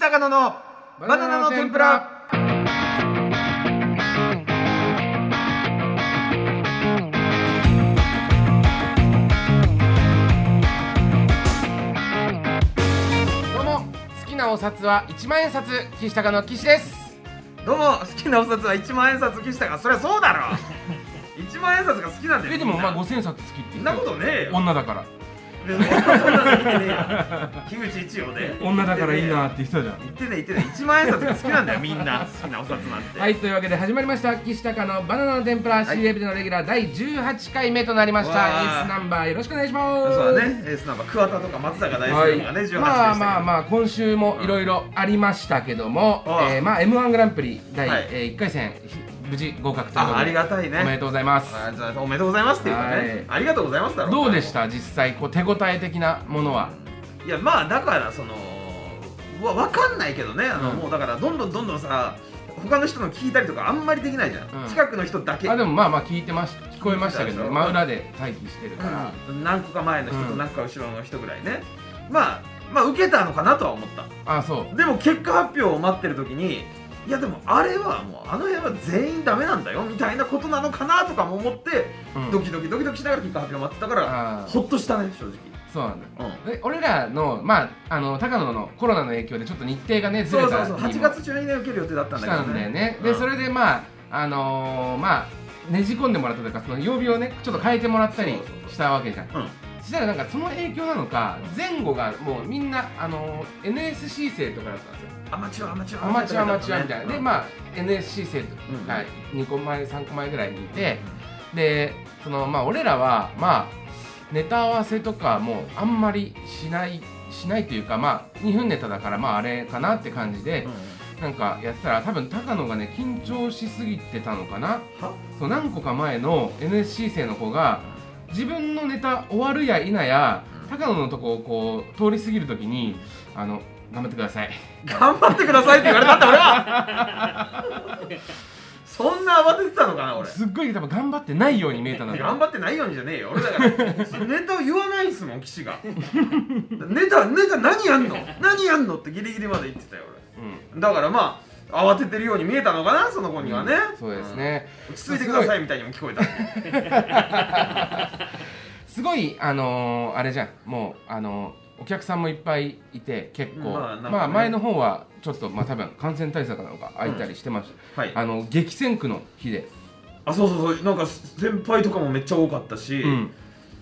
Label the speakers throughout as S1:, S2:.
S1: 高野のバナナの天ぷら。
S2: どうも好きなお札は一万円札岸高の岸です
S1: どうも好きなお札は1万円札岸高そりゃそう だろ1万円札が好きなんだよ
S2: えでもお前
S1: みん
S2: 五千円札好きっ
S1: そ
S2: て
S1: ん
S2: 言っ
S1: な
S2: た
S1: ことねえよ
S2: 女だから
S1: 別にそんなの言ってねえよ樋口一葉ね
S2: 女だからいいなって言ってたじゃん
S1: 言ってねえ言ってねえ1万円札が好きなんだよみんな好きなお札なんて
S2: はいというわけで始まりました岸高のバナナの天ぷら CF でのレギュラー第18回目となりましたエ
S1: わあ
S2: ースナンバーよろしくお願いします
S1: そうだねエースナンバー桑田とか松坂大輔とかね18でしたけど
S2: まあまあまあ今週もいろいろありましたけども、
S1: うん
S2: えーまあ M1 グランプリ第、
S1: はい
S2: え1回戦ひ無事合格ということ
S1: あ
S2: で
S1: ありがたいね
S2: おめでとうございます
S1: あじゃあおめでとうございますっていうかね、
S2: はい
S1: ありがとうございますだろ
S2: どうでした実際こう手応え的なものは、
S1: いやまあだからそのわわかんないけどねあの、
S2: うん
S1: もうだからどんどんどんどんさ他の人の聞いたりとかあんまりできないじゃん、
S2: うん
S1: 近くの人だけ
S2: あでもまあまあ聞いてまし聞こえました
S1: 聞
S2: けど
S1: いてたでし
S2: ね
S1: ょ
S2: 真裏で待機してるから、
S1: うん何個か前の人と
S2: うん
S1: 何個か後ろの人ぐらいね、まあまあ受けたのかなとは思った
S2: あそう
S1: でも結果発表を待ってる時にいやでもあれはもうあの辺は全員ダメなんだよみたいなことなのかなとかも思って、
S2: うん
S1: ドキドキドキドキしながら結果発表待ってたから
S2: あー
S1: ほっとしたね正直
S2: そうなんだ
S1: うん
S2: で俺らのまああの高野のコロナの影響でちょっと日程がねず
S1: そ
S2: れ
S1: うそ
S2: た
S1: うそう
S2: り
S1: 8
S2: も
S1: 月中にね受ける予定だったん
S2: し
S1: だ
S2: た
S1: けど
S2: んだよ
S1: ね
S2: ね
S1: う
S2: で
S1: ん
S2: それでまああのーまあねじ込んでもらったというかその曜日をねちょっと変えてもらったり
S1: そうそうそう
S2: したわけじゃん
S1: うん
S2: したらなんかその影響なのか前後がもうみんなあのー NSC 生とかだったんですよ
S1: アマチュアアマチュア
S2: アマチュアアマチュアみたいな、で
S1: あ
S2: まあ NSC 生徒
S1: うん
S2: が2個前3個前ぐらいにいて、でそのまあ俺らはまあネタ合わせとかもあんまりしないしないというかまあ2分ネタだからまああれかなって感じで、なんかやってたら多分高野がね緊張しすぎてたのかな
S1: は
S2: そう何個か前の NSC 生の子が自分のネタ終わるや否や高野のとこをこう通り過ぎるときにあの頑張ってください
S1: 頑張ってくださいって言われたんだ俺は そんな慌ててたのかな俺
S2: すっごい多分頑張ってないように見えたな
S1: 頑張ってないようにじゃねえよ俺だからネタを言わないんすもん岸がネタネタ何やんの何やんのってギリギリまで言ってたよ
S2: うん
S1: 俺だからまあ慌ててるように見えたのかなその子にはね、
S2: そうですね、
S1: うん、落ち着いてくださいみたいにも聞こえた
S2: すごいあのーあれじゃんもうあのーお客さんもいっぱいいて結構、
S1: ま
S2: ま
S1: あ
S2: あ
S1: なんかね
S2: 前の方はちょっとまあ多分感染対策なのか空いたりしてました、
S1: はい
S2: あの激戦区の日で、
S1: あそうそうそうなんか先輩とかもめっちゃ多かったし、
S2: うん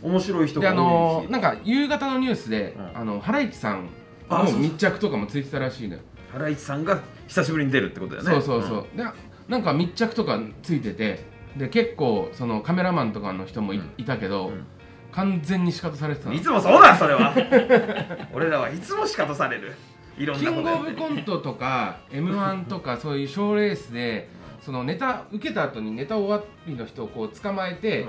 S1: 面白い人
S2: で
S1: が
S2: あ
S1: 多
S2: の
S1: いし
S2: ーなんか夕方のニュースで、
S1: うん
S2: あのハライチさん
S1: あ
S2: の
S1: そうそう
S2: 密着とかもついてたらしいのよ
S1: ハライチさんが久しぶりに出るってことだよね
S2: そうそうそう、でなんか密着とかついててで結構そのカメラマンとかの人もい,、
S1: うん
S2: たけど、
S1: うん
S2: 完全に仕方されてた
S1: うん
S2: の
S1: いつもそうだそれは 俺らはいつも仕方されるいろん
S2: キ
S1: な
S2: ン
S1: こ
S2: グ
S1: と
S2: オ
S1: やって
S2: ブコントとか m 1とかそういう賞ーレースでそのネタ受けた後にネタ終わりの人をこう捕まえて
S1: うん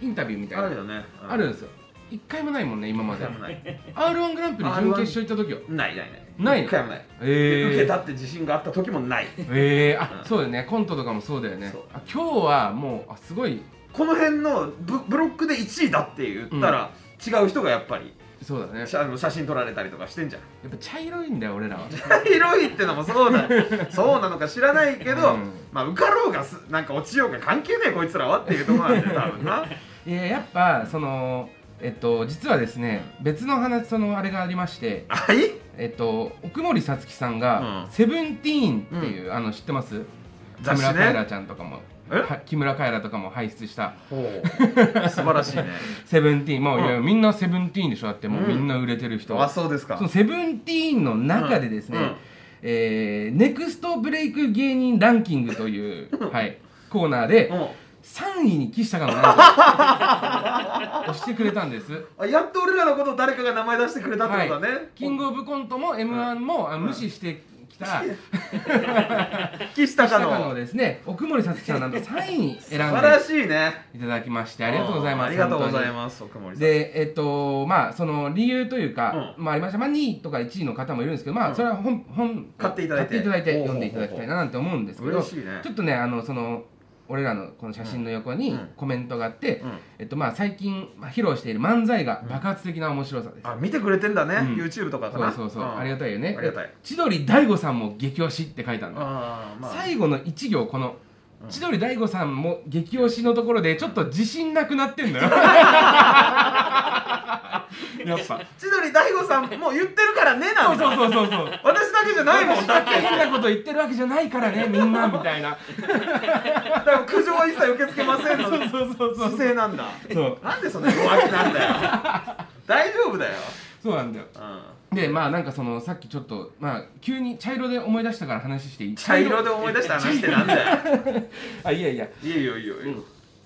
S2: インタビューみたい
S1: あ
S2: な
S1: るよねうん
S2: あるんですよ一回もないもんね今ま
S1: 一
S2: で
S1: 回もない
S2: r 1グランプリ準決勝行った時は
S1: ないないない
S2: ない
S1: 一回もない、
S2: えー
S1: 受けたって自信があった時もない
S2: えー、
S1: う
S2: あ
S1: ん
S2: そうだよねコントとかもそうだよね
S1: そう
S2: あ今日はもうあすごい
S1: この辺のブブロックで1位だって言ったら、違う人がやっぱり
S2: そうだねやっ
S1: 写あの写真撮られたりとかしてんじゃ ん
S2: ぱ茶色いんだよ俺らは
S1: 広いってのもそうだそうなのか知らないけど、
S2: うん
S1: まあ受かろうがすなんか落ちようが関係ねえこいつらはっていうところなんで多分 な
S2: いややっぱそのえっと実はですね別の話そのあれがありまして
S1: はい
S2: えっと、奥森さつきさん
S1: う
S2: が
S1: ん
S2: 「セブンティーンっていう、あの知ってます木
S1: 雑誌
S2: 村カエラ
S1: ね
S2: ちゃんとかも
S1: え
S2: は木村カエラとかも輩出した
S1: ほう素晴らしいね
S2: 「セブンティーンもう、
S1: うん
S2: いやみんな「セブンティーンでしょだってもう、
S1: うん
S2: みんな売れてる 人
S1: あそうですか
S2: その「セブンティーンの中でですね、
S1: うんうん
S2: えーネクストブレイク芸人ランキングという、はい、コーナーで、
S1: うん
S2: 3位に岸高野が 押してくれたんです
S1: あやっと俺らのことを誰かが名前出してくれたってことだね、
S2: キングオブコントも m 1も、あ無視してきた
S1: 岸高
S2: 高野
S1: の
S2: のですね奥森さつきさんなん と3位に選
S1: 素
S2: ん
S1: 晴ら
S2: で
S1: しいね
S2: いただきましてありがとうございます
S1: んありがとうござい
S2: 本
S1: ます奥森
S2: 当に
S1: さん
S2: でえっとまあその理由というか、
S1: う
S2: まあありましたまあ2位とか1位の方もいるんですけどまあ、
S1: うん
S2: それは本本
S1: 買っていただいて
S2: 買っていただいて読んでいただきたいななんて思うなんですけど
S1: 嬉しいね
S2: ちょっとねあのその俺らのこの写真の横に
S1: うん
S2: コメントがあって、
S1: うん
S2: えっと、まあ最近まあ披露している漫才が爆発的な面白さです、
S1: あ見てくれてんだね、
S2: うん
S1: YouTube とかか
S2: そう
S1: な
S2: そうそう、
S1: ん
S2: ありがたいよね
S1: ありがたい
S2: 千鳥大悟さんも激推しって書いたんだ、
S1: あーまあ
S2: 最後の1行この
S1: うん
S2: 千鳥大悟さんも激推しのところでちょっと自信なくなって んだよやっぱ
S1: 千鳥大悟さんも言ってるからねな
S2: そ
S1: ん
S2: う
S1: だ
S2: そうそうそうそう
S1: 私だけじゃないもんだ
S2: だって変なこと言ってるわけじゃないから ねみんなみたいな
S1: から苦情は一切受け付けませんの
S2: そうそうそうそう
S1: 姿勢なんだ
S2: そう
S1: なんでそんな弱気なん だよ大丈夫だよ、
S2: そうなんだよ
S1: うん、
S2: でまあなんかそのさっきちょっとまあ急に茶色で思い出したから話していい
S1: 茶色で思い出した話ってなんだよ
S2: あいやいや
S1: いいよいいよいいよ、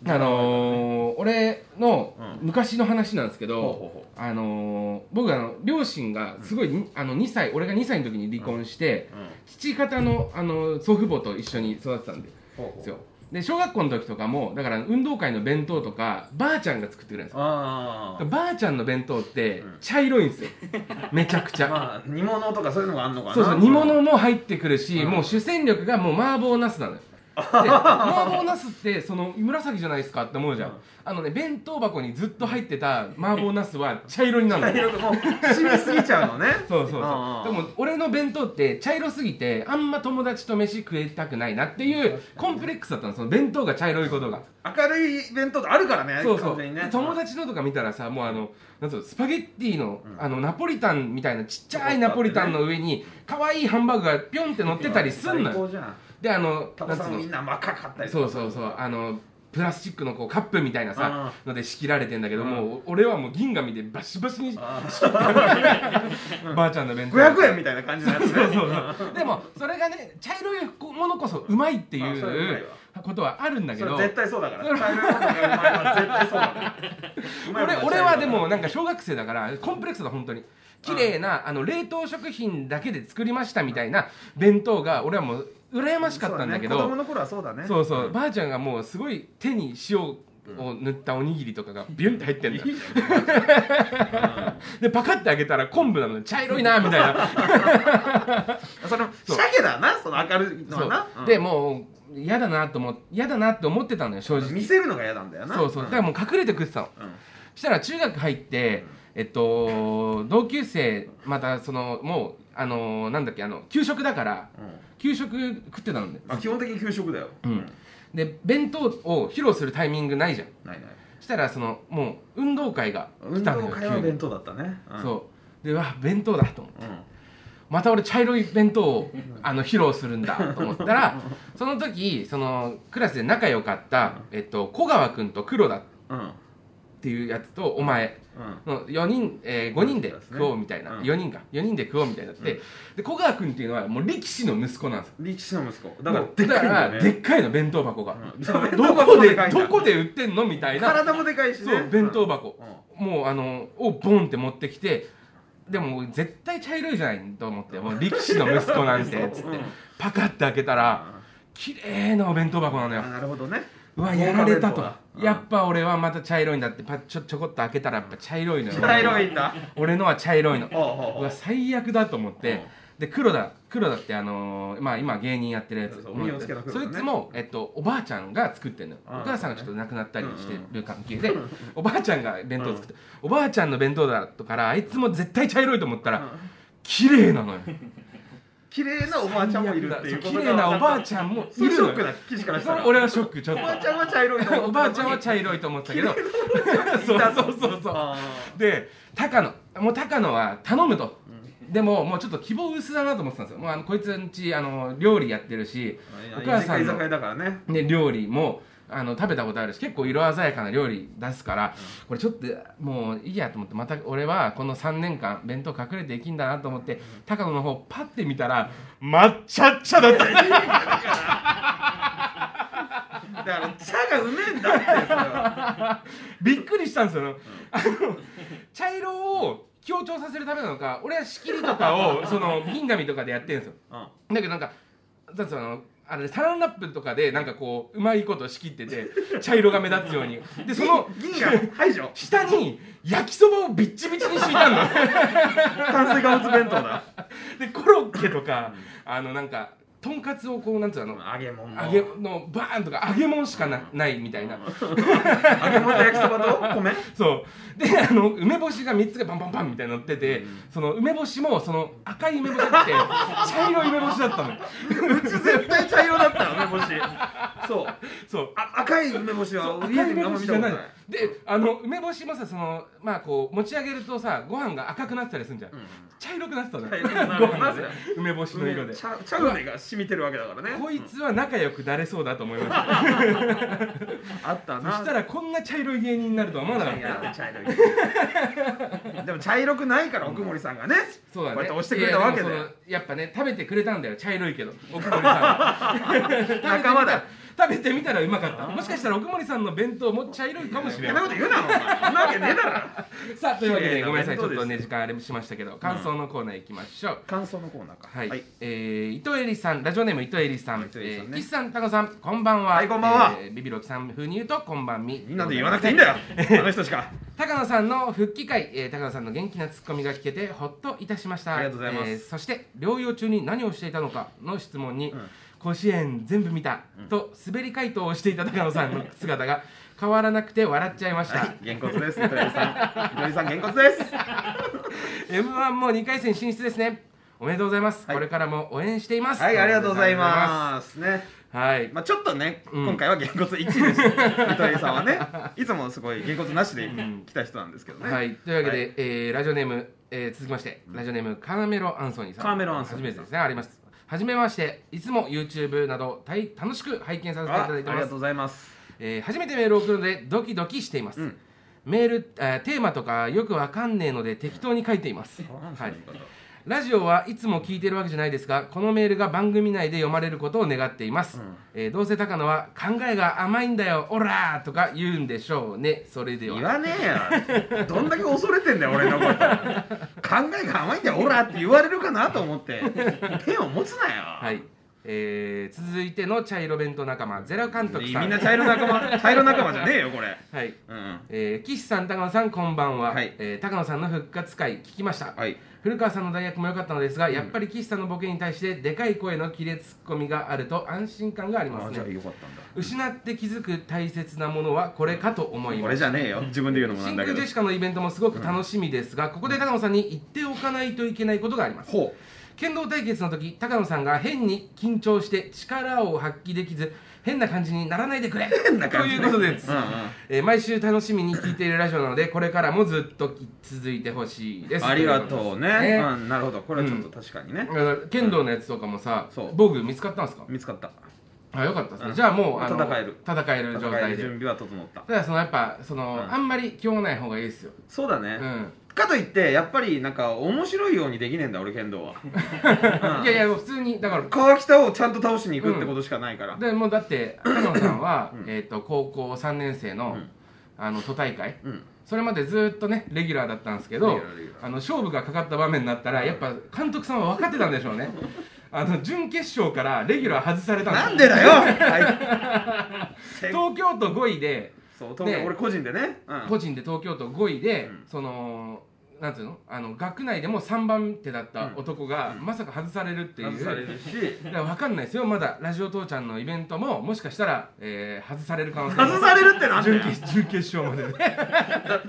S2: あのー、俺の昔の話なんですけ
S1: ほう
S2: ど、
S1: ほうほ
S2: あのー、僕あの両親がすごい、あの2歳俺が2歳の時に離婚して、
S1: ううん
S2: 父方のあの祖父母と一緒に育ってたんで
S1: ほう
S2: す
S1: ほう
S2: よで小学校の時とかもだから運動会の弁当とかばあちゃんが作ってくれるんですよ
S1: ああ
S2: ばあちゃんの弁当って
S1: うん
S2: 茶色いんで すよ、めちゃくちゃ、
S1: まあ煮物とかそういうのがあんのかな
S2: そうそう煮物も入ってくるし、
S1: うん
S2: もう主戦力がもう麻婆茄 子なのよで麻婆茄子ってその紫じゃないですかって思うじゃん、
S1: うん
S2: あのね弁当箱にずっと入ってた麻婆茄子は茶色になるの
S1: 茶色くもう染みすぎちゃうのね
S2: そうそうそう
S1: ああ
S2: でも俺の弁当って茶色すぎてあんま友達と飯食えたくないなっていうコンプレックスだったのその弁当が茶色いことが
S1: 明るい弁当とあるからね
S2: そうそ
S1: 完
S2: う、
S1: 全にね
S2: 友達のとか見たらさもうあのなんつうのスパゲッティの,、
S1: うん
S2: あのナポリタンみたいなちっちゃいナポリタンの上に可愛いハンバーグがピョンって乗ってたりすんの
S1: 最
S2: よ
S1: 高じゃん
S2: であの
S1: タ
S2: な
S1: コ
S2: ん
S1: さ
S2: つうん
S1: もみ
S2: の
S1: んな若かったり
S2: そうそうそうあのプラスチックのこうカップみたいなさので仕切られてんだけど、
S1: うん
S2: もう俺はもう銀紙でバシバシにば
S1: 500
S2: あちゃんの弁当
S1: 円みたいな感じのやつね
S2: そうそうそう でもそれがね茶色いものこそうまいってい
S1: あそれうまいう
S2: ことはあるんだけ
S1: そ
S2: ど
S1: れ絶対そうだから
S2: それ
S1: 茶色いものがうまいのは絶対そうだからうまいもの
S2: 俺
S1: は
S2: 俺はでもなんか小学生だからコンプレックスだ本当に綺麗なあの冷凍食品だけで作りましたみたいな弁当が俺はもう羨ましかったんだけ
S1: そうね
S2: ど
S1: 子供の頃はそうだね
S2: そうそうばあちゃんがもうすごい手に塩を塗ったおにぎりとかがビュンって入ってんだでパカって開けたら昆布なのに茶色いなみたいな
S1: その
S2: そう
S1: 鮭だなその明るいのはな
S2: そううんでもう嫌だなと思っ嫌だなって思ってたのよ正
S1: 見
S2: 直
S1: せるのが嫌なんだよな
S2: そうそうだ
S1: ん
S2: からもう隠れて食ってたの
S1: うん
S2: したら中学入って、えっと同級生またそのもうあのなんだっけあの給食だから
S1: うん
S2: 給食食ってたので、
S1: まあ基本的に給食だよ
S2: うんで弁当を披露するタイミングないじゃん
S1: ないない
S2: したらそのもう運動会が来
S1: 運
S2: たのよ
S1: 動会は弁当だったね
S2: 急
S1: ん
S2: にそうでうわ弁当だと思って
S1: うん
S2: また俺茶色い弁当をあの披露するんだと思ったらその時そのクラスで仲良かった、えっと、小川君と黒田っ
S1: うん
S2: ていうやつとお前
S1: うん
S2: の4人、えー、5人で食おうみたい
S1: う
S2: な、
S1: ん
S2: 4人か4人で食おうみたいになって、で小川君っていうのはもう力士の息子なんですよ
S1: 力士の息子だから
S2: もう
S1: でっかいんだ
S2: だ
S1: よ
S2: からで
S1: ね
S2: っかいの弁当箱が、
S1: うんそう弁当
S2: ど
S1: 箱
S2: こ
S1: も
S2: で
S1: でかいんだ
S2: どこで売ってんのみたいな
S1: 体もでかいし
S2: そ
S1: ね
S2: う弁当箱
S1: うん
S2: もうあのをボンって持ってきてでも絶対茶色いじゃないと思ってもう力士の息子なん てつっ
S1: うん
S2: てパカッて開けたら綺麗なお弁当箱なの
S1: あ
S2: よ
S1: なるほどね
S2: うわやられたと
S1: うん
S2: やっぱ俺はまた茶色いんだってパちょちょこっと開けたらやっぱ茶色いのよ
S1: 茶色いんだ
S2: 俺のは茶色いの
S1: おうおうお
S2: う
S1: う
S2: わ最悪だと思ってで黒田黒田ってあのーまあ今芸人やってるやつ
S1: そうそう身をつけた黒田
S2: そ
S1: ね
S2: いつも、えっと、おばあちゃんが作ってるのよお
S1: ああ
S2: 母さんがちょっと亡くなったりしてる関係で、おばあちゃんが弁当作って、おばあちゃんの弁当だとからあいつも絶対茶色いと思ったら、
S1: うん
S2: 綺麗なのよ
S1: 綺麗なおばあちゃんもいるっていう
S2: そ
S1: こ
S2: う
S1: と
S2: 綺
S1: が
S2: 麗なおばあちゃんもい
S1: それ
S2: る
S1: ショッ
S2: の
S1: クだ
S2: よ
S1: 記事からし
S2: そ
S1: た
S2: れ
S1: ら
S2: 俺はショックちょっ
S1: おばあち
S2: と
S1: ゃんは茶色いと思ってたのに
S2: おばあちゃんは茶色いと思ってたけど そうそうそうそう
S1: あ
S2: で高野もう高野は頼むと、でももうちょっと希望薄だなと思ってたんですよもうあのこいつんちあの料理やってるし
S1: ー
S2: お母さん
S1: 居
S2: の
S1: 酒屋だから ね
S2: ね、料理もあの食べたことあるし結構色鮮やかな料理出すから、これちょっともういいやと思ってまた俺はこの3年間弁当隠れていきんだなと思って高野の方パッて見たら抹茶茶だった
S1: だから茶がうめえんだってそれは
S2: びっくりしたんですよ、あの茶色を強調させるためなのか俺は仕切りとかを その銀紙とかでやってるんですよ
S1: うん
S2: だけどなんかだってそのあれサランラップとかでなんかこううまいこと仕切ってて茶色が目立つようにでその
S1: 銀が排除
S2: 下に焼きそばをビッチビチに敷いた の
S1: 炭水化物弁当だ
S2: でコロッケとかあのなんかとんかつをこうなんつうのあの
S1: 揚げ物の
S2: 揚げのバーンとか揚げ物しかなないみたいな
S1: 揚げ物と焼きそばと米
S2: そうであの梅干しが3つがバンバンバンみたいになってて、
S1: うん
S2: その梅干しもその赤い梅干しじゃなくて 茶色い梅干しだったのよ
S1: うち絶対茶色だった梅干しそう
S2: そう
S1: あ赤い梅干しは
S2: 赤
S1: 家
S2: い
S1: で
S2: 梅
S1: あん
S2: 干
S1: ま
S2: し
S1: 見
S2: じ
S1: たこと
S2: ゃない
S1: ない
S2: であの梅干しもさそのまあこう持ち上げるとさご飯が赤くなってたりするんじゃん、
S1: うん
S2: 茶色くなってたのよ
S1: 茶
S2: ご
S1: 色くなる
S2: 飯がね
S1: なる
S2: 梅干しの色で
S1: 茶茶梅が染みてるわけだからね
S2: こいつは仲良くなれそうだと思い ました
S1: あった
S2: そ
S1: な
S2: したらこんな茶色い芸人になるとは思わなかっ
S1: い
S2: たよ
S1: や茶色いでも茶色くないから奥森さんがね
S2: そうだね
S1: こうやって押してくれたわけ
S2: い
S1: で
S2: やでもそのやっぱね食べてくれたんだよ茶色い けど奥森さん
S1: 仲間だ
S2: 食べてみたらうまかったもしかしたら奥森さんの弁当も茶色いかもしれ
S1: そん
S2: な
S1: ないこと言うなお前そんなわけねえだろ
S2: さあというわけ
S1: 綺
S2: で
S1: 麗な
S2: ごめんなさいちょっと
S1: 弁当で
S2: ね時間あれしましたけど感想のコーナー行きましょう
S1: 感想のコーナーか
S2: はい、
S1: はい
S2: えー伊藤恵里さんラジオネーム伊藤恵里さん
S1: はい伊藤恵里さんね
S2: えー岸さんタカさんこんばんは
S1: はいこんばんは
S2: えービビロキさん風に言うとこんばんみ
S1: みんなで言わなくていいんだよあの人しか
S2: 高野さんの復帰会、えー、高野さんの元気なツッコミが聞けてほっといたしました
S1: ありがとうございます
S2: ーそして療養中に何をしていたのかの質問に、
S1: うん
S2: 甲子園全部見た、
S1: うん
S2: と滑り回答をしていた高野さんの姿が変わらなくて笑っちゃいました
S1: はい、げんこつです。みとりさん、みとりさん、げんこつです。
S2: m 1も2回戦進出ですねおめでとうございます、
S1: はい
S2: これからも応援しています
S1: はい、ありがとうございます。ね、
S2: すはい
S1: まあ、ちょっとね、
S2: うん
S1: 今回はげんこつ1位で した。みとりさんはね、いつもすごいげんこつなしで来た人なんですけどね。
S2: はい、というわけで、
S1: は
S2: えーラジオネーム、えー続きまして、ラジオネームカーメロ・アンソニーさん
S1: カーメロアンソニー
S2: 初めてですねありますはじめましていつも YouTube など大楽しく拝見させてい
S1: あ、あ
S2: ただ
S1: り
S2: いて
S1: が
S2: ま
S1: とう
S2: す
S1: ございます。
S2: えー初めてメールを送るのでドキドキしています、
S1: うん
S2: メールあーテーマとかよくわかんねえので適当に書いています、はい、
S1: い。
S2: ラジオはいつも聞いてるわけじゃないですがこのメールが番組内で読まれることを願っています、
S1: うん
S2: えーどうせ高野は考えが甘いんだよオラーとか言うんでしょうねそれでは
S1: 言わねえよ。どんだけ恐れてんだよ、俺のこと。考えが甘いんだよ、オラって言われるかなと思 って。ペンを持つなよ。
S2: はい、えー続いての茶色弁当仲間ゼラ監督
S1: み
S2: さん
S1: んな茶色仲間、茶色仲間じゃねえよ、これ。
S2: はい
S1: うん。
S2: えー、岸さん高野さんこんばんは、
S1: はい
S2: えー高野さんの復活会聞きました、
S1: はい。
S2: 古川さんの大学も良かったのですが、やっぱり岸さんのボケに対してでかい声の切れツッコミがあると安心感がありま
S1: あ、じ
S2: す
S1: ゃあ、
S2: ね
S1: よかったんだ。
S2: 失って気づく大切なものはこれかと思い
S1: こ
S2: ま
S1: れ
S2: す
S1: じゃねえよ自分で言うのもなん
S2: 真
S1: だ
S2: 空
S1: けど
S2: ジェシカのイベントもすごく楽しみですが、ここで高野さんに言っておかないといけないことがあります
S1: ほ
S2: 剣道対決の時高野さんが変に緊張して力を発揮できず変な感じにならないでくれ
S1: 変な感じね
S2: ということです
S1: う、うんうん、
S2: えー毎週楽しみに聞いているラジオなのでこれからもずっと続いてほしいです
S1: ありがとうね
S2: ね
S1: うん、なるほどこれはちょっと確かにね
S2: だ、から剣道のやつとかもさ、
S1: そう
S2: 防具見つかったんですか
S1: 見つかった
S2: あよかったですね、
S1: うん
S2: じゃあもうあの
S1: 戦える
S2: 戦える状
S1: 戦
S2: 態
S1: い
S2: で
S1: 準備は整った
S2: ただそのやっぱその、
S1: うん
S2: あんまり気負わない方がいいですよ、
S1: そうだ
S2: う
S1: ね、
S2: ん、
S1: かといってやっぱりなんか面白いようにできねえんだ俺剣道は うん
S2: いやいや普通にだから
S1: 川北をちゃんと倒しに行くってことしかないから、
S2: でもうだって高野さんは、
S1: うん
S2: えー、と高校3年生
S1: う
S2: の、
S1: ん
S2: あの都大会
S1: うん
S2: それまでずっとねレギュラーだったんですけ
S1: レギ
S2: ど
S1: ュラーレギュラー
S2: あの勝負がかかった場面になったらやっぱ監督さんは分かってたんでしょ うねあの準決勝からレギュラー外された
S1: なんん
S2: です
S1: でだよ、はい、 せ
S2: 東京都5位で
S1: そう東京
S2: ね
S1: 俺個人でね、うん、
S2: 個人で東京都5位で、
S1: うん
S2: そのなんていうのあの学内でも3番手だった男が、まさか外されるっていう
S1: 外されるし
S2: だから分かんないですよまだラジオ父ちゃんのイベントももしかしたら、えー外される可能性も
S1: 外されるってなんだよ
S2: 準決準決勝までね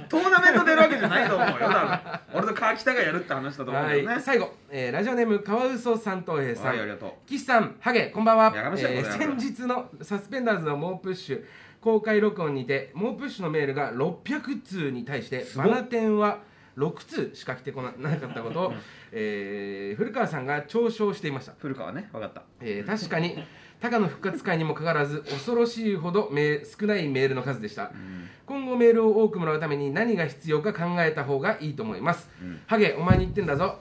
S1: トーナメント出るわけじゃないと思うよ多 分俺と川北がやるって話だと思うんだよね、
S2: はい、最後、えーラジオネームカワウソさんと平さ
S1: はい、あり
S2: ん
S1: がとう。
S2: 岸さんハゲこんばんは、
S1: やかましいわ
S2: えー
S1: これ
S2: 先日のサスペンダーズの猛プッシュ公開録音にて猛プッシュのメールが600通に対して
S1: すご
S2: バ
S1: っ
S2: ナテンは6通しか来てこななかったことを、えー古川さんが嘲笑していました、
S1: 古川ね、わかった。
S2: えー確かに高野復活会にもかかわらず恐ろしいほどメー少ないメールの数でした、今後メールを多くもらうために何が必要か考えた方がいいと思います、
S1: うん
S2: ハゲお前に言ってんだぞ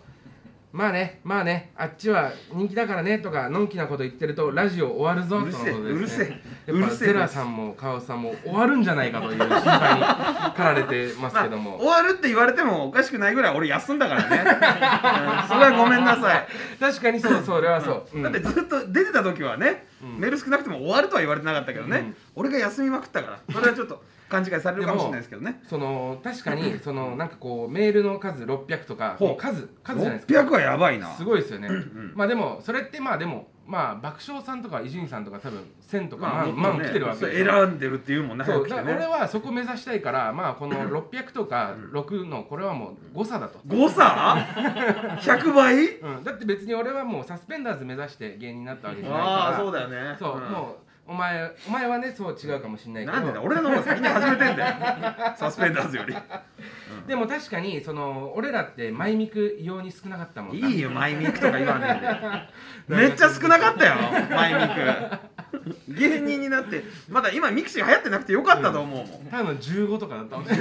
S2: まあねまあねあっちは人気だからねとかのんきなこと言ってるとラジオ終わるぞ
S1: うる
S2: と
S1: せえ
S2: のことです、ね、
S1: うるせえう
S2: やっ
S1: る
S2: ぱ
S1: せえ
S2: ゼラさんもカオさんも終わるんじゃないかという心配に駆られてます
S1: ま
S2: け
S1: あ、
S2: ども、
S1: 終わるって言われてもおかしくないぐらい俺休んだ からね、うんそれはごめんなさい、
S2: 確かにそうそれはそう、うん
S1: だってずっと出てた時はね、
S2: うん
S1: メール少なくても終わるとは言われてなかったけどね、
S2: うん
S1: 俺が休みまくったからそれはちょっと勘違いされるかもしれないですけどね
S2: その確かにそのなんかこうメールの数600とか
S1: ほう
S2: もう数数じゃないです
S1: 600
S2: か
S1: はやばいな
S2: すごいですよね
S1: うん
S2: まあでもそれってまあでもまあ爆笑さんとか伊集院さんとか多分1000とか
S1: まあ
S2: 万、
S1: もっと
S2: 万
S1: ね
S2: 来てるわけ
S1: そう
S2: ですよ
S1: 選んでるっていうもんね
S2: そ
S1: 早
S2: う
S1: く来
S2: だ
S1: て
S2: から俺
S1: ね
S2: はそこ目指したいからまあ この600とか6のこれはもう誤差だと、
S1: 誤 差100倍
S2: うん、だって別に俺はもうサスペンダーズ目指して芸人になったわけじゃない
S1: ああ
S2: か
S1: そうだよね
S2: らそう
S1: うん
S2: もうお前お前はねそう違うかもしれないけど
S1: なんでだ俺の方が先に始めてんだよ サスペンダーズより
S2: でも確かにその俺らって前ミク異様に少なかったもんない
S1: いよマイミクとか言わねえ でめっちゃ少なかったよマイミク 芸人になってまだ今ミクシー流行ってなくてよかったと思うもん
S2: 多分15とかだったもんね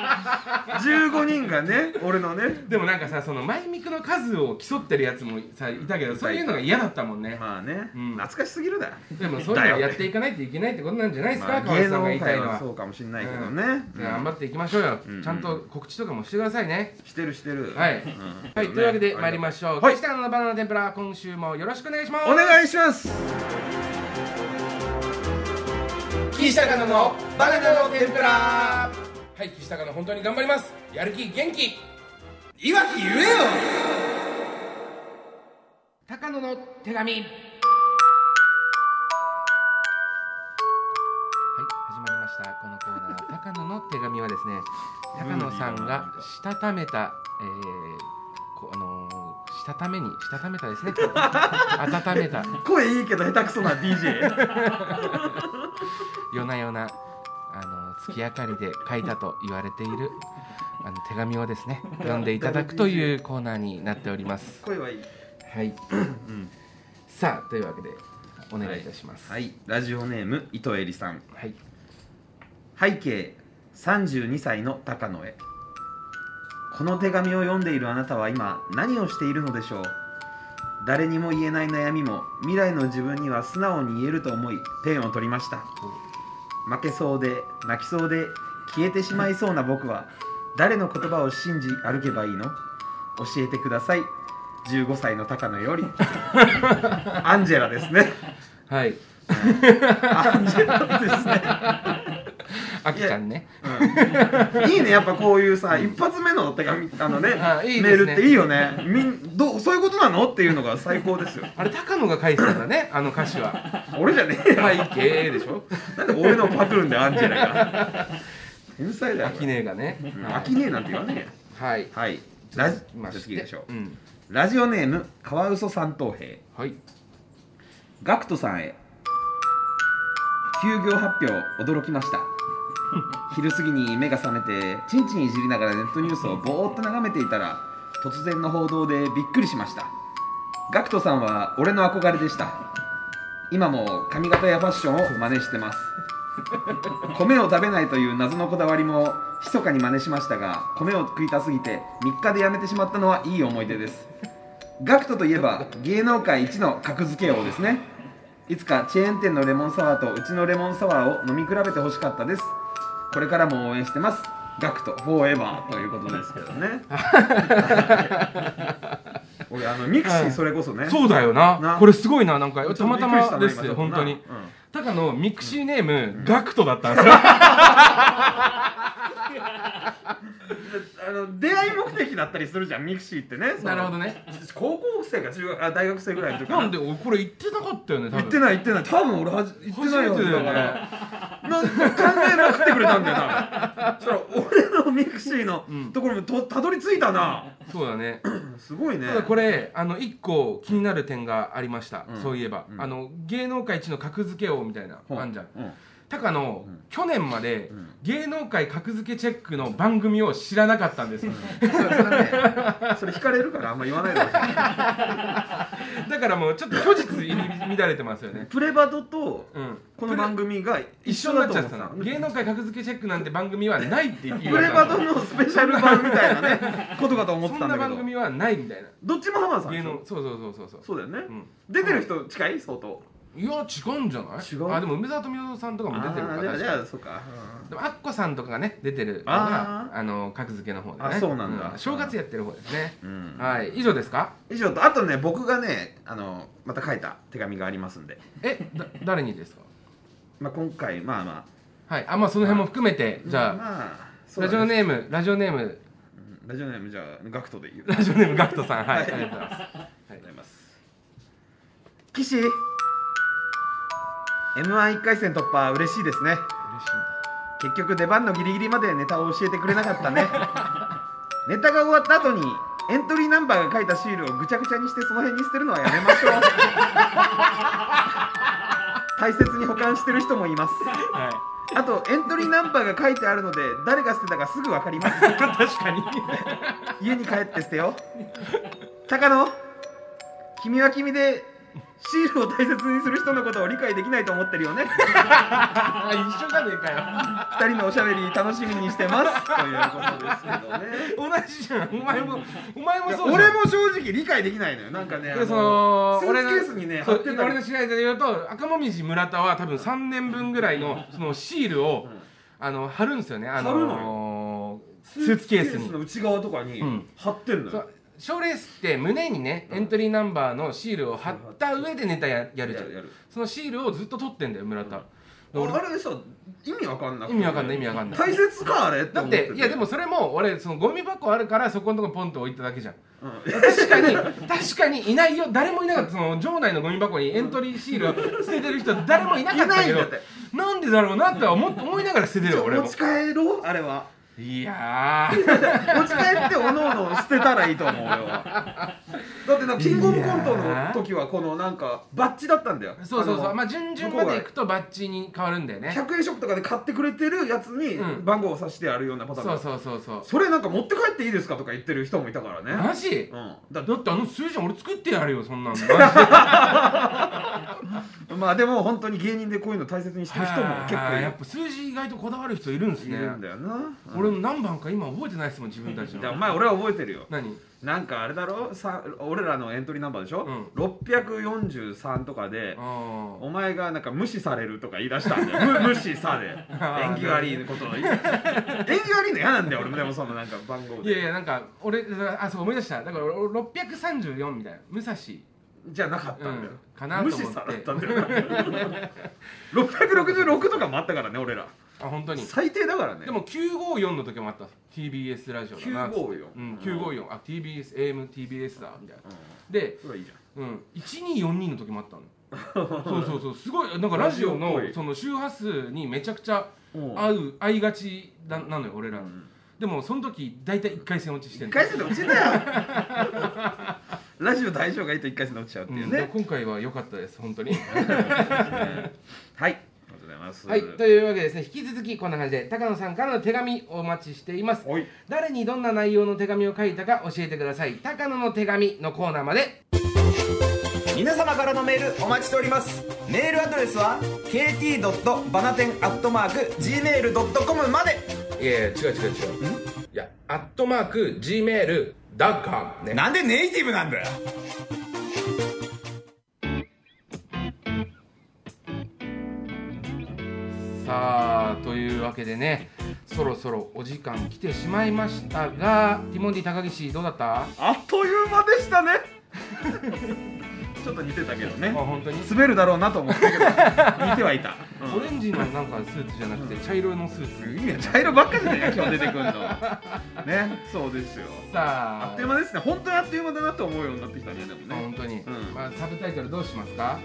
S1: 15人がね俺のね
S2: でもなんかさその前ミクの数を競ってるやつもさいたけどそういうのが嫌だったもんね
S1: まあね
S2: うん
S1: 懐かしすぎるだよ
S2: でもそういうのをやっていかないといけないってことなんじゃないです
S1: まあ
S2: か河合
S1: 芸
S2: さん
S1: 能
S2: が言いた
S1: 界
S2: いの
S1: は
S2: は
S1: そうかもしんないけどねうん
S2: 頑張っていきましょうよ
S1: うん
S2: ちゃんと告知とかもしてくださいね
S1: してるしてる
S2: はい
S1: うん
S2: はいというわけで参りましょう
S1: はい
S2: 岸田のバナナ天ぷら今週もよろしくお願いします
S1: お願いします
S2: 岸高野のバナナの天ぷらはい岸高野本当に頑張りますやる気元気いわき言えよ高野の手紙はい始まりましたこのコーナー高野の手紙はですね高野さんがしたためた、えーこあのーしたためにしたためたですね温めた
S1: 声いいけど下手くそな DJ
S2: 夜な夜なあの月明かりで書いたと言われているあの手紙をですね読んでいただくというコーナーになっております。
S1: 声はいい
S2: はい、
S1: ん
S2: さあというわけでお願いいたします。
S1: はいラジオネーム糸えりさん
S2: はい、
S1: 背景32歳の高野へこの手紙を読んでいるあなたは今何をしているのでしょう誰にも言えない悩みも未来の自分には素直に言えると思いペンを取りました負けそうで泣きそうで消えてしまいそうな僕は誰の言葉を信じ歩けばいいの教えてください15歳の高野よりアンジェラですね
S2: はい、
S1: アンジェラですね
S2: あきちゃんね。
S1: うん いいねやっぱこういうさ一発目の手紙あのね
S2: あいいですね
S1: メールっていいよねみんどうそういうことなのっていうのが最高です よ
S2: あれ高野が書いてたんだね、あの歌詞は。
S1: 俺じゃねえ
S2: 背
S1: よ
S2: 景でしょ。
S1: なんで俺のパクるんだよアンジェラが 天才だよ
S2: あきねがね。
S1: うん飽きねえなんて言わねえよ
S2: はい。
S1: はいラジ
S2: まあ
S1: じゃあ次でしょう
S2: うん。
S1: ラジオネームカワウソ三等兵
S2: はい。
S1: ガクトさんへ休業発表驚きました昼過ぎに目が覚めてちんちんいじりながらネットニュースをぼーっと眺めていたら突然の報道でびっくりしましたガクトさんは俺の憧れでした今も髪型やファッションを真似してます米を食べないという謎のこだわりも密かに真似しましたが米を食いたすぎて3日でやめてしまったのはいい思い出ですガクトといえば芸能界一の格付け王ですねいつかチェーン店のレモンサワーとうちのレモンサワーを飲み比べてほしかったですこれからも応援してますガクトフォーエバーということですけどね俺あのミクシーそれこそね
S2: そうだよな
S1: な
S2: これすごいな、なんか、
S1: ち
S2: た
S1: ょっ
S2: ま
S1: とび
S2: た
S1: っくりしたな
S2: まで
S1: 今ち
S2: す
S1: ょ
S2: よ、
S1: っと
S2: 本
S1: な
S2: 当に。
S1: うん
S2: 高野ミクシーネーム、ガクトだった んですよ
S1: あの出会い目的だったりするじゃんミクシーってねその
S2: なるほどね
S1: 高校生か中学あ大学生ぐらいの時か
S2: なんで俺これ言ってなかったよ
S1: 言
S2: ね多分
S1: ってない言ってない多分俺はじ言ってないは
S2: 初
S1: ず
S2: め
S1: だか
S2: てだよ
S1: ら
S2: ね
S1: なんか考えなくてくれたんだよ なそしたら俺のミクシーの
S2: うん
S1: ところもとたどり着いたな
S2: そうだね
S1: すごいね
S2: ただこれあの一個気になる点がありました、
S1: うん
S2: そういえば、
S1: うん
S2: あの芸能界一の格付け王みたいな
S1: ほう
S2: あんじゃん
S1: う
S2: 高野、
S1: うん
S2: 去年まで、
S1: うん
S2: 芸能界格付けチェックの番組を知らなかったんですよ
S1: それそれねそれ引かれるからあんま言わないでほしい
S2: だからもうちょっと虚実入り乱れてますよね
S1: プレバドと
S2: うん
S1: この番組が
S2: 一緒になっちゃってた
S1: だと
S2: の
S1: 思
S2: 芸能界格付けチェックなんて番組はないって言われた
S1: プレバドのスペシャル版みたいな ねことかと思って
S2: そ
S1: た
S2: ん
S1: ん
S2: な
S1: だけ
S2: 番
S1: ど
S2: 組はないみたいな
S1: どっちも浜田さんで
S2: 芸
S1: し
S2: 能
S1: ょ
S2: そうそうそうそうそう
S1: そうだよね、
S2: うん
S1: 出てる人近い相当
S2: いや違うんじゃない
S1: 違う
S2: あでも梅沢富美男さんとかも出てるから
S1: あーじゃあじゃあ
S2: 確かに
S1: そうか、
S2: でもアッコさんとかがね出てるの
S1: あ
S2: が
S1: ー
S2: あの格付けの方でね
S1: あそうなんだ
S2: 正月やってる方ですね
S1: うん
S2: はい以上ですか
S1: 以上とあとね僕がねあのまた書いた手紙がありますんで、
S2: えだ誰にですか
S1: まあ、今回まあまあ、
S2: はいあまあその辺も含めてじゃあ
S1: まあそう
S2: ラ
S1: だ
S2: ジオネームラジオネーム
S1: うんラジオネームじゃあガクトで 言う
S2: ラジオネームガクトさんはい
S1: はい
S2: ありがとうございます
S1: ありがとうございます岸 m 1 1回戦突破嬉しいですね
S2: 嬉しい
S1: 結局出番のギリギリまでネタを教えてくれなかったねネタが終わった後にエントリーナンバーが書いたシールをぐちゃぐちゃにしてその辺に捨てるのはやめましょう大切に保管してる人もいます
S2: はい
S1: あとエントリーナンバーが書いてあるので誰が捨てたかすぐ分かります
S2: 確かに
S1: 家に帰って捨てよ高野君は君でシールを大切にする人のことを理解できないと思ってるよね
S2: あ一緒じゃねえか
S1: 二人のおしゃべり楽しみにしてますということですけ
S2: よ同じじゃんお前もお前も
S1: ど
S2: そう
S1: ね
S2: じゃん
S1: 俺も正直理解できないのよなんかねあ
S2: でその
S1: スーツケースにね
S2: そ
S1: 貼
S2: う
S1: ってたり
S2: 俺の知り合いで言うと赤もみじ村田は多分3年分ぐらいのそのシールを、
S1: ん
S2: あの貼るんですよねあの
S1: 貼る
S2: スーツケースに
S1: の内側とかに
S2: うん
S1: 貼ってんの
S2: そ
S1: よ
S2: う賞レースって胸にねエントリーナンバーのシールを貼った上でネタややるじゃ
S1: や
S2: ん
S1: る
S2: そのシールをずっと取ってんだよ村田、で俺
S1: ああれさ意味わかんなくて
S2: 意味わかんない意味わかんない
S1: 大切かあれ
S2: だっていやで
S1: も
S2: もそれも俺そのゴミ箱あるからそこのとこにポンと置いただけじゃん
S1: うん
S2: 確かに確かにいないよ誰もいなかったその場内のゴミ箱にエントリーシールを捨ててる人誰もいなかったけ
S1: い
S2: ど
S1: ないんだっ
S2: なんでだろうなって思思いながら捨ててるよ俺
S1: 持
S2: も
S1: ち帰ろうあれはい
S2: やー
S1: 持ち帰っておのおの捨てたらいいと思うよだってなキングオブコントの時はこのなんかバッジだったんだよ
S2: そうそうそ
S1: あ
S2: う
S1: の
S2: まあ順々までいくとバッジに変わるんだよね
S1: 100円ショップとかで買ってくれてるやつに
S2: うん
S1: 番号を指してあるようなパターンだ
S2: そうそうそうそう
S1: それなんか持って帰っていいですかとか言ってる人もいたからね
S2: マジ
S1: うんだ
S2: だってあの数字俺作ってやるよそんなのマ
S1: まあでも本当に芸人でこういうの大切にしてる人も結
S2: あ
S1: 構
S2: ー
S1: い
S2: や
S1: る
S2: っぱ数字意外とこだわる人いるんです
S1: い
S2: ね
S1: るんだよな、うん
S2: 俺も何番か今覚えてないですもん自分たち
S1: じゃあお
S2: の
S1: 前俺は覚えてるよ
S2: 何
S1: なんかあれだろさ俺らのエントリーナンバーでしょ、
S2: うん
S1: 643とかで
S2: あー
S1: お前がなんか無視されるとか言い出したんだ よむ無視さで
S2: ー
S1: 縁起悪いことを言い縁起悪いの嫌なんだよ俺もでもそのなんか番号
S2: いやい
S1: で
S2: やなんか俺あそう思い出しただから俺俺634みたいな武蔵
S1: じゃなかったんだよ、
S2: うんかなと
S1: 無
S2: 思っ
S1: 視
S2: て
S1: されたんだよ666とかもあったからね俺ら
S2: あ本当に
S1: 最低だからね
S2: でも954の時もあった TBS ラジオだな
S1: 954
S2: うん、954あ TBSAMTBS だみたいな
S1: うん
S2: で、
S1: それはいいじゃん
S2: うん、1242の時も あったのそうそうそうすごいなんかラジオの
S1: ラジオっぽい
S2: その周波数にめちゃくちゃ
S1: うん
S2: 合う合いがちだなのよ俺ら、
S1: ん
S2: でもその時大体1回戦落ちして
S1: 一
S2: んの
S1: 回戦で落ちんだよラジオ大将がいいと一回戦で落ちちゃうって
S2: うん
S1: いう
S2: でも
S1: ね、
S2: 今回は良かったです本当 に
S1: はいありがとうございます
S2: はい、というわけでですね、引き続きこんな感じで、高野さんからの手紙お待ちしています。
S1: はい
S2: 誰にどんな内容の手紙を書いたか教えてください。高野の手紙のコーナーまで。
S3: 皆様からのメールお待ちしておりますメールアドレスは kt. バナテンアットマーク gmail.com まで
S2: いやいや、違う違う違う。いや、アットマーク、Gmail、ダッカンね。
S3: なんでネイティブなんだよ
S2: さあ、というわけでね、そろそろお時間来てしまいましたが、ティモンディ高岸どうだったあ、
S1: あっという間でしたね ちょっと似てたけどね
S2: 本当に
S1: 滑るだろうなと思ったけど似てはいた、
S2: オレンジのなんかスーツじゃなくて、茶色のスーツ。
S1: いや茶色ばっかじゃないか今日出てく るのねそうですよ
S2: さあ、
S1: あっという間ですね本当にあっという間だなと思うようになってきたねでも
S2: あ
S1: ね
S2: 本当に、
S1: うん
S2: まあ、サブタイトルどうしますか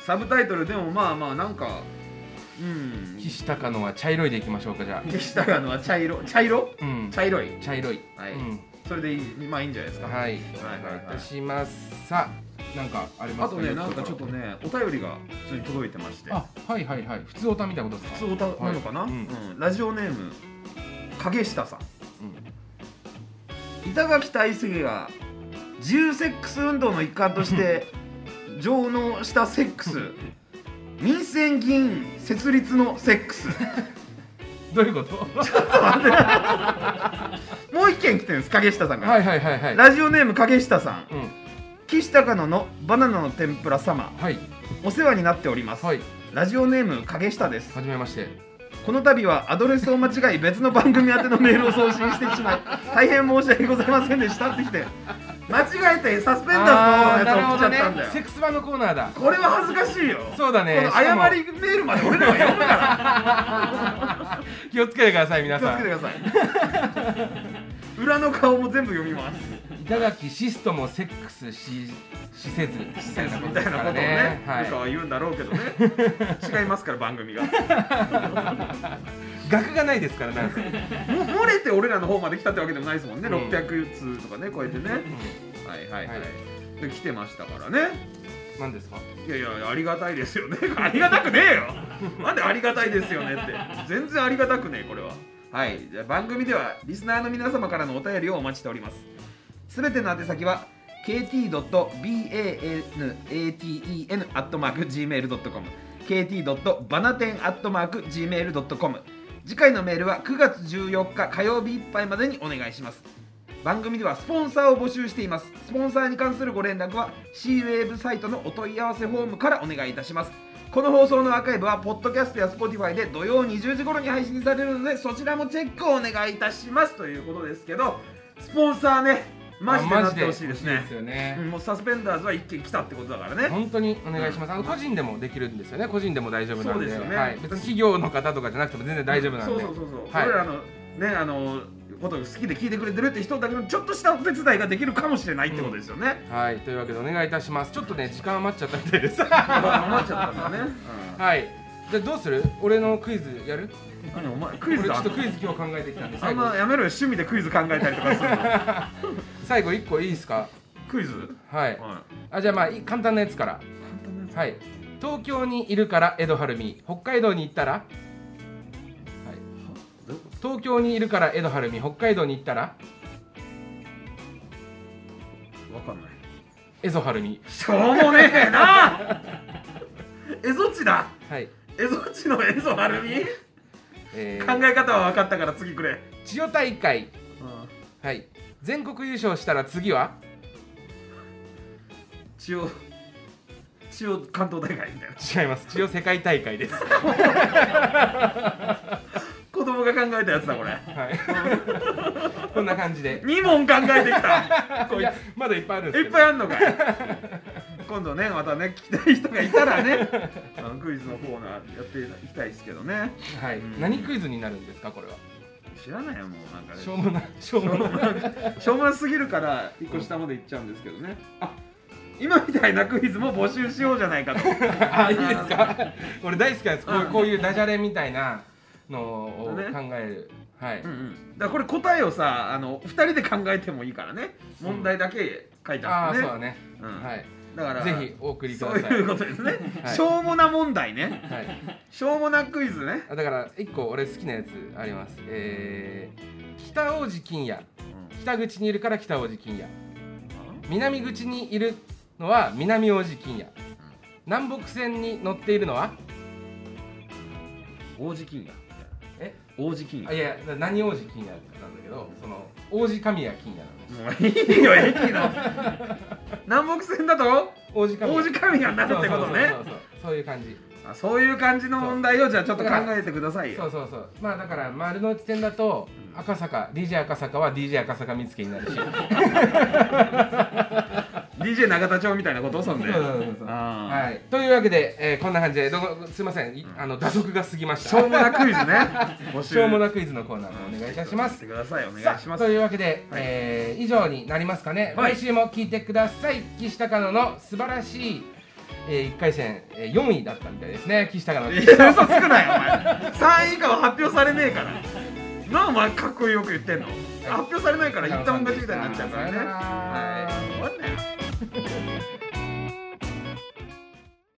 S1: サブタイトルでもまあまあなんかうん
S2: 岸高野は茶色いでいきましょうかじゃ
S1: 岸高野は茶色茶色
S2: あ、うん、
S1: 茶色い
S2: 茶色い、
S1: はい
S2: うん
S1: それでいいまあいいんじゃないですか、
S2: はい、
S1: はいはいはい
S2: お願いいたしますさあなんかありま
S1: あ
S2: す
S1: と
S2: か
S1: ねなんかちょっと
S2: と
S1: ねお便りが普通に届いてまして
S2: あはいはいはい普通おたみたいなことですか
S1: 普通おたなのかな、
S2: はい
S1: うんラジオネーム影下さん
S2: うん
S1: 板垣大輔が自由セックス運動の一環として 上納したセックス民選議員設立のセックス
S2: どういうこと
S1: もう一件来てるんです影下さんから、
S2: はいはいはいはい
S1: ラジオネーム影下さん
S2: うん
S1: 岸高野のバナナの天ぷら様
S2: はい
S1: お世話になっております、
S2: はい
S1: ラジオネーム影下です
S2: はじめまして
S1: この度はアドレスを間違い別の番組宛てのメールを送信してし まい大変申し訳ございませんでしたってきて間違えてサスペンダー
S2: あー
S1: ズの
S2: なる
S1: や
S2: ほ
S1: つ送
S2: ど
S1: っちゃったんだ
S2: ね
S1: よ、
S2: セックス版のコーナーだ
S1: これは恥ずかしいよ
S2: そうだね
S1: この
S2: しかも
S1: 謝りメールまで俺らが読むから
S2: 気をつけてください 皆
S1: 気を
S2: さ
S1: つけて
S2: ん
S1: ください裏の顔も全部読みます
S2: 板垣シストもセックスしし せず
S1: みたいなことをね
S2: はい
S1: ルカは言うんだろうけどね違いますから番 組がも
S2: 額がないですからなんせ
S1: う漏れて俺らの方まで来たってわけでもないですもんね、
S2: うん
S1: 600通とかね超えてねはいはいはい、
S2: は
S1: で来てましたからね
S2: 何ですか
S1: いやいやありがたいですよね ありがたくねえよなんでありがたいですよねって全然ありがたくねえこれははいじゃあ番組ではリスナーの皆様からのお便りをお待ちしておりますすべての宛先は kt.banaten.gmail.com kt.banaten.gmail.com 次回のメールは9月14日火曜日いっぱいまでにお願いします番組ではスポンサーを募集していますスポンサーに関するご連絡は C ウェブサイトのお問い合わせフォームからお願いいたしますこの放送のアーカイブはポッドキャストや Spotify で土曜20時頃に配信されるのでそちらもチェックをお願いいたしますということですけどスポンサーねマジでなってほしいです
S2: あマ
S1: ね
S2: ジで欲しいですよね
S1: うんもうサスペンダーズは一件来たってことだからね
S2: 本当にお願いします。あの個人でもできるんですよね。個人でも大丈夫なんで、
S1: そうですよね
S2: はい、別に企業の方とかじゃなくても全然大丈夫なんで。
S1: そうそうそうそう、
S2: はい
S1: 俺らのねあのことを好きで聞いてくれてるって人だけのちょっとしたお手伝いができるかもしれないってことですよね、
S2: はい、というわけでお願いいたします。ちょっとね時間余っちゃったみたいです。
S1: まあ余っちゃったんだね、
S2: はい。じゃあどうする？俺のクイズやる？
S1: うん何お前クイズ
S2: 俺ちょ
S1: だ
S2: っとクイズ今日考えてきたんで
S1: あ
S2: 最
S1: ん
S2: 後
S1: まやめろよ趣味でクイズ考えたりとかするの
S2: 最後一個いいですか？
S1: クイズ、はい、
S2: はい。
S1: 簡
S2: あじゃあまあい簡単なやつから。
S1: 単なやつ
S2: はい。東京にいるから江戸晴美。北海道に行ったら？はい。
S1: どういう
S2: 東京にいるから江戸晴美。北海道に行ったら？
S1: わかんない
S2: 江戸晴美。
S1: しょうもねえなエゾチだ
S2: はい。
S1: エゾチのエゾはるみ考
S2: えー
S1: え方は分かったから次くれ、
S2: 千代大会。
S1: うん、
S2: はい。全国優勝したら次は
S1: 千代千代関東大会みたいな
S2: 違います。千代世界大 会です。は
S1: 子供が考えたやつだこれ
S2: い。 こんな感じで。
S1: 2問考えてきたこ
S2: い
S1: い
S2: や、まだいっぱいあるん
S1: つ
S2: です
S1: い
S2: け
S1: っ
S2: ど。
S1: ぱい
S2: っ
S1: あんのかい今度ねまたね聞きたい人がいたらねあのクイズのコーナーやっていきたいですけどね
S2: ぱい。はい。
S1: うん
S2: 何クイズになるんですか、これは。
S1: 知らないよもうなんかね
S2: しょうも ない。しょうもない。
S1: しょうもなすぎるから1個下まで行っちゃうんですけどねあ今みたいなクイズも募集しようじゃないかと
S2: あ、いいです か。俺大好きなんです。こういう
S1: うん
S2: こういうダジャレみたいなのを考える。はい
S1: うん、う。ん、だからこれ答えをさあの2人で考えてもいいからね問題だけ書いて
S2: あ
S1: あ
S2: あ、
S1: る
S2: そ
S1: ん
S2: う
S1: ですね
S2: だね。
S1: うん
S2: はい。
S1: だから
S2: ぜひお送りくだ
S1: そう
S2: さい。
S1: いうことですね、
S2: は い
S1: しょうもな問題ね
S2: はい。
S1: しょうもなクイズね、
S2: あだから一個俺好きなやつあります。えー、北王子金也。北口にいるから北王子金也。南口にいるのは南王子金也、南北線に乗っているのは
S1: 王子金や
S2: え
S1: 王子金
S2: あいや何王子金也なんだけどその王子神谷金也なんです
S1: もういいよ駅の南北線だと
S2: 王子神
S1: 王子神谷になるってことね
S2: そうそうそうそうそういう感じ
S1: あそういう感じの問題をじゃあちょっと考えてください
S2: そ
S1: よ
S2: うそうそうまあだから丸の内線だと赤坂 DJ 赤坂は DJ 赤坂見附にな るし
S1: DJ 永田町みたいなことそんで
S2: そうそうそうそう
S1: あー
S2: はいというわけで、えーこんな感じでどうもすいませんいあの打足が過ぎまし
S1: しょう
S2: た
S1: もなクイ ズね募集
S2: しょうもなクイズのコーナーもお願いいたします
S1: してくださいお願い
S2: さあ
S1: します
S2: というわけで、えー以上になりますかね、
S1: はい
S2: 来週も聞いてください岸高野の素晴らしい、え1回戦、え4位だったみたいですね岸高野
S1: いや 嘘つくなよお前3位以下は発表されねえからなあお前かっこよく言ってんの、発表されないから言ったもん勝ちみたいになっちゃうからね
S2: さよなら
S1: はい終わんなよ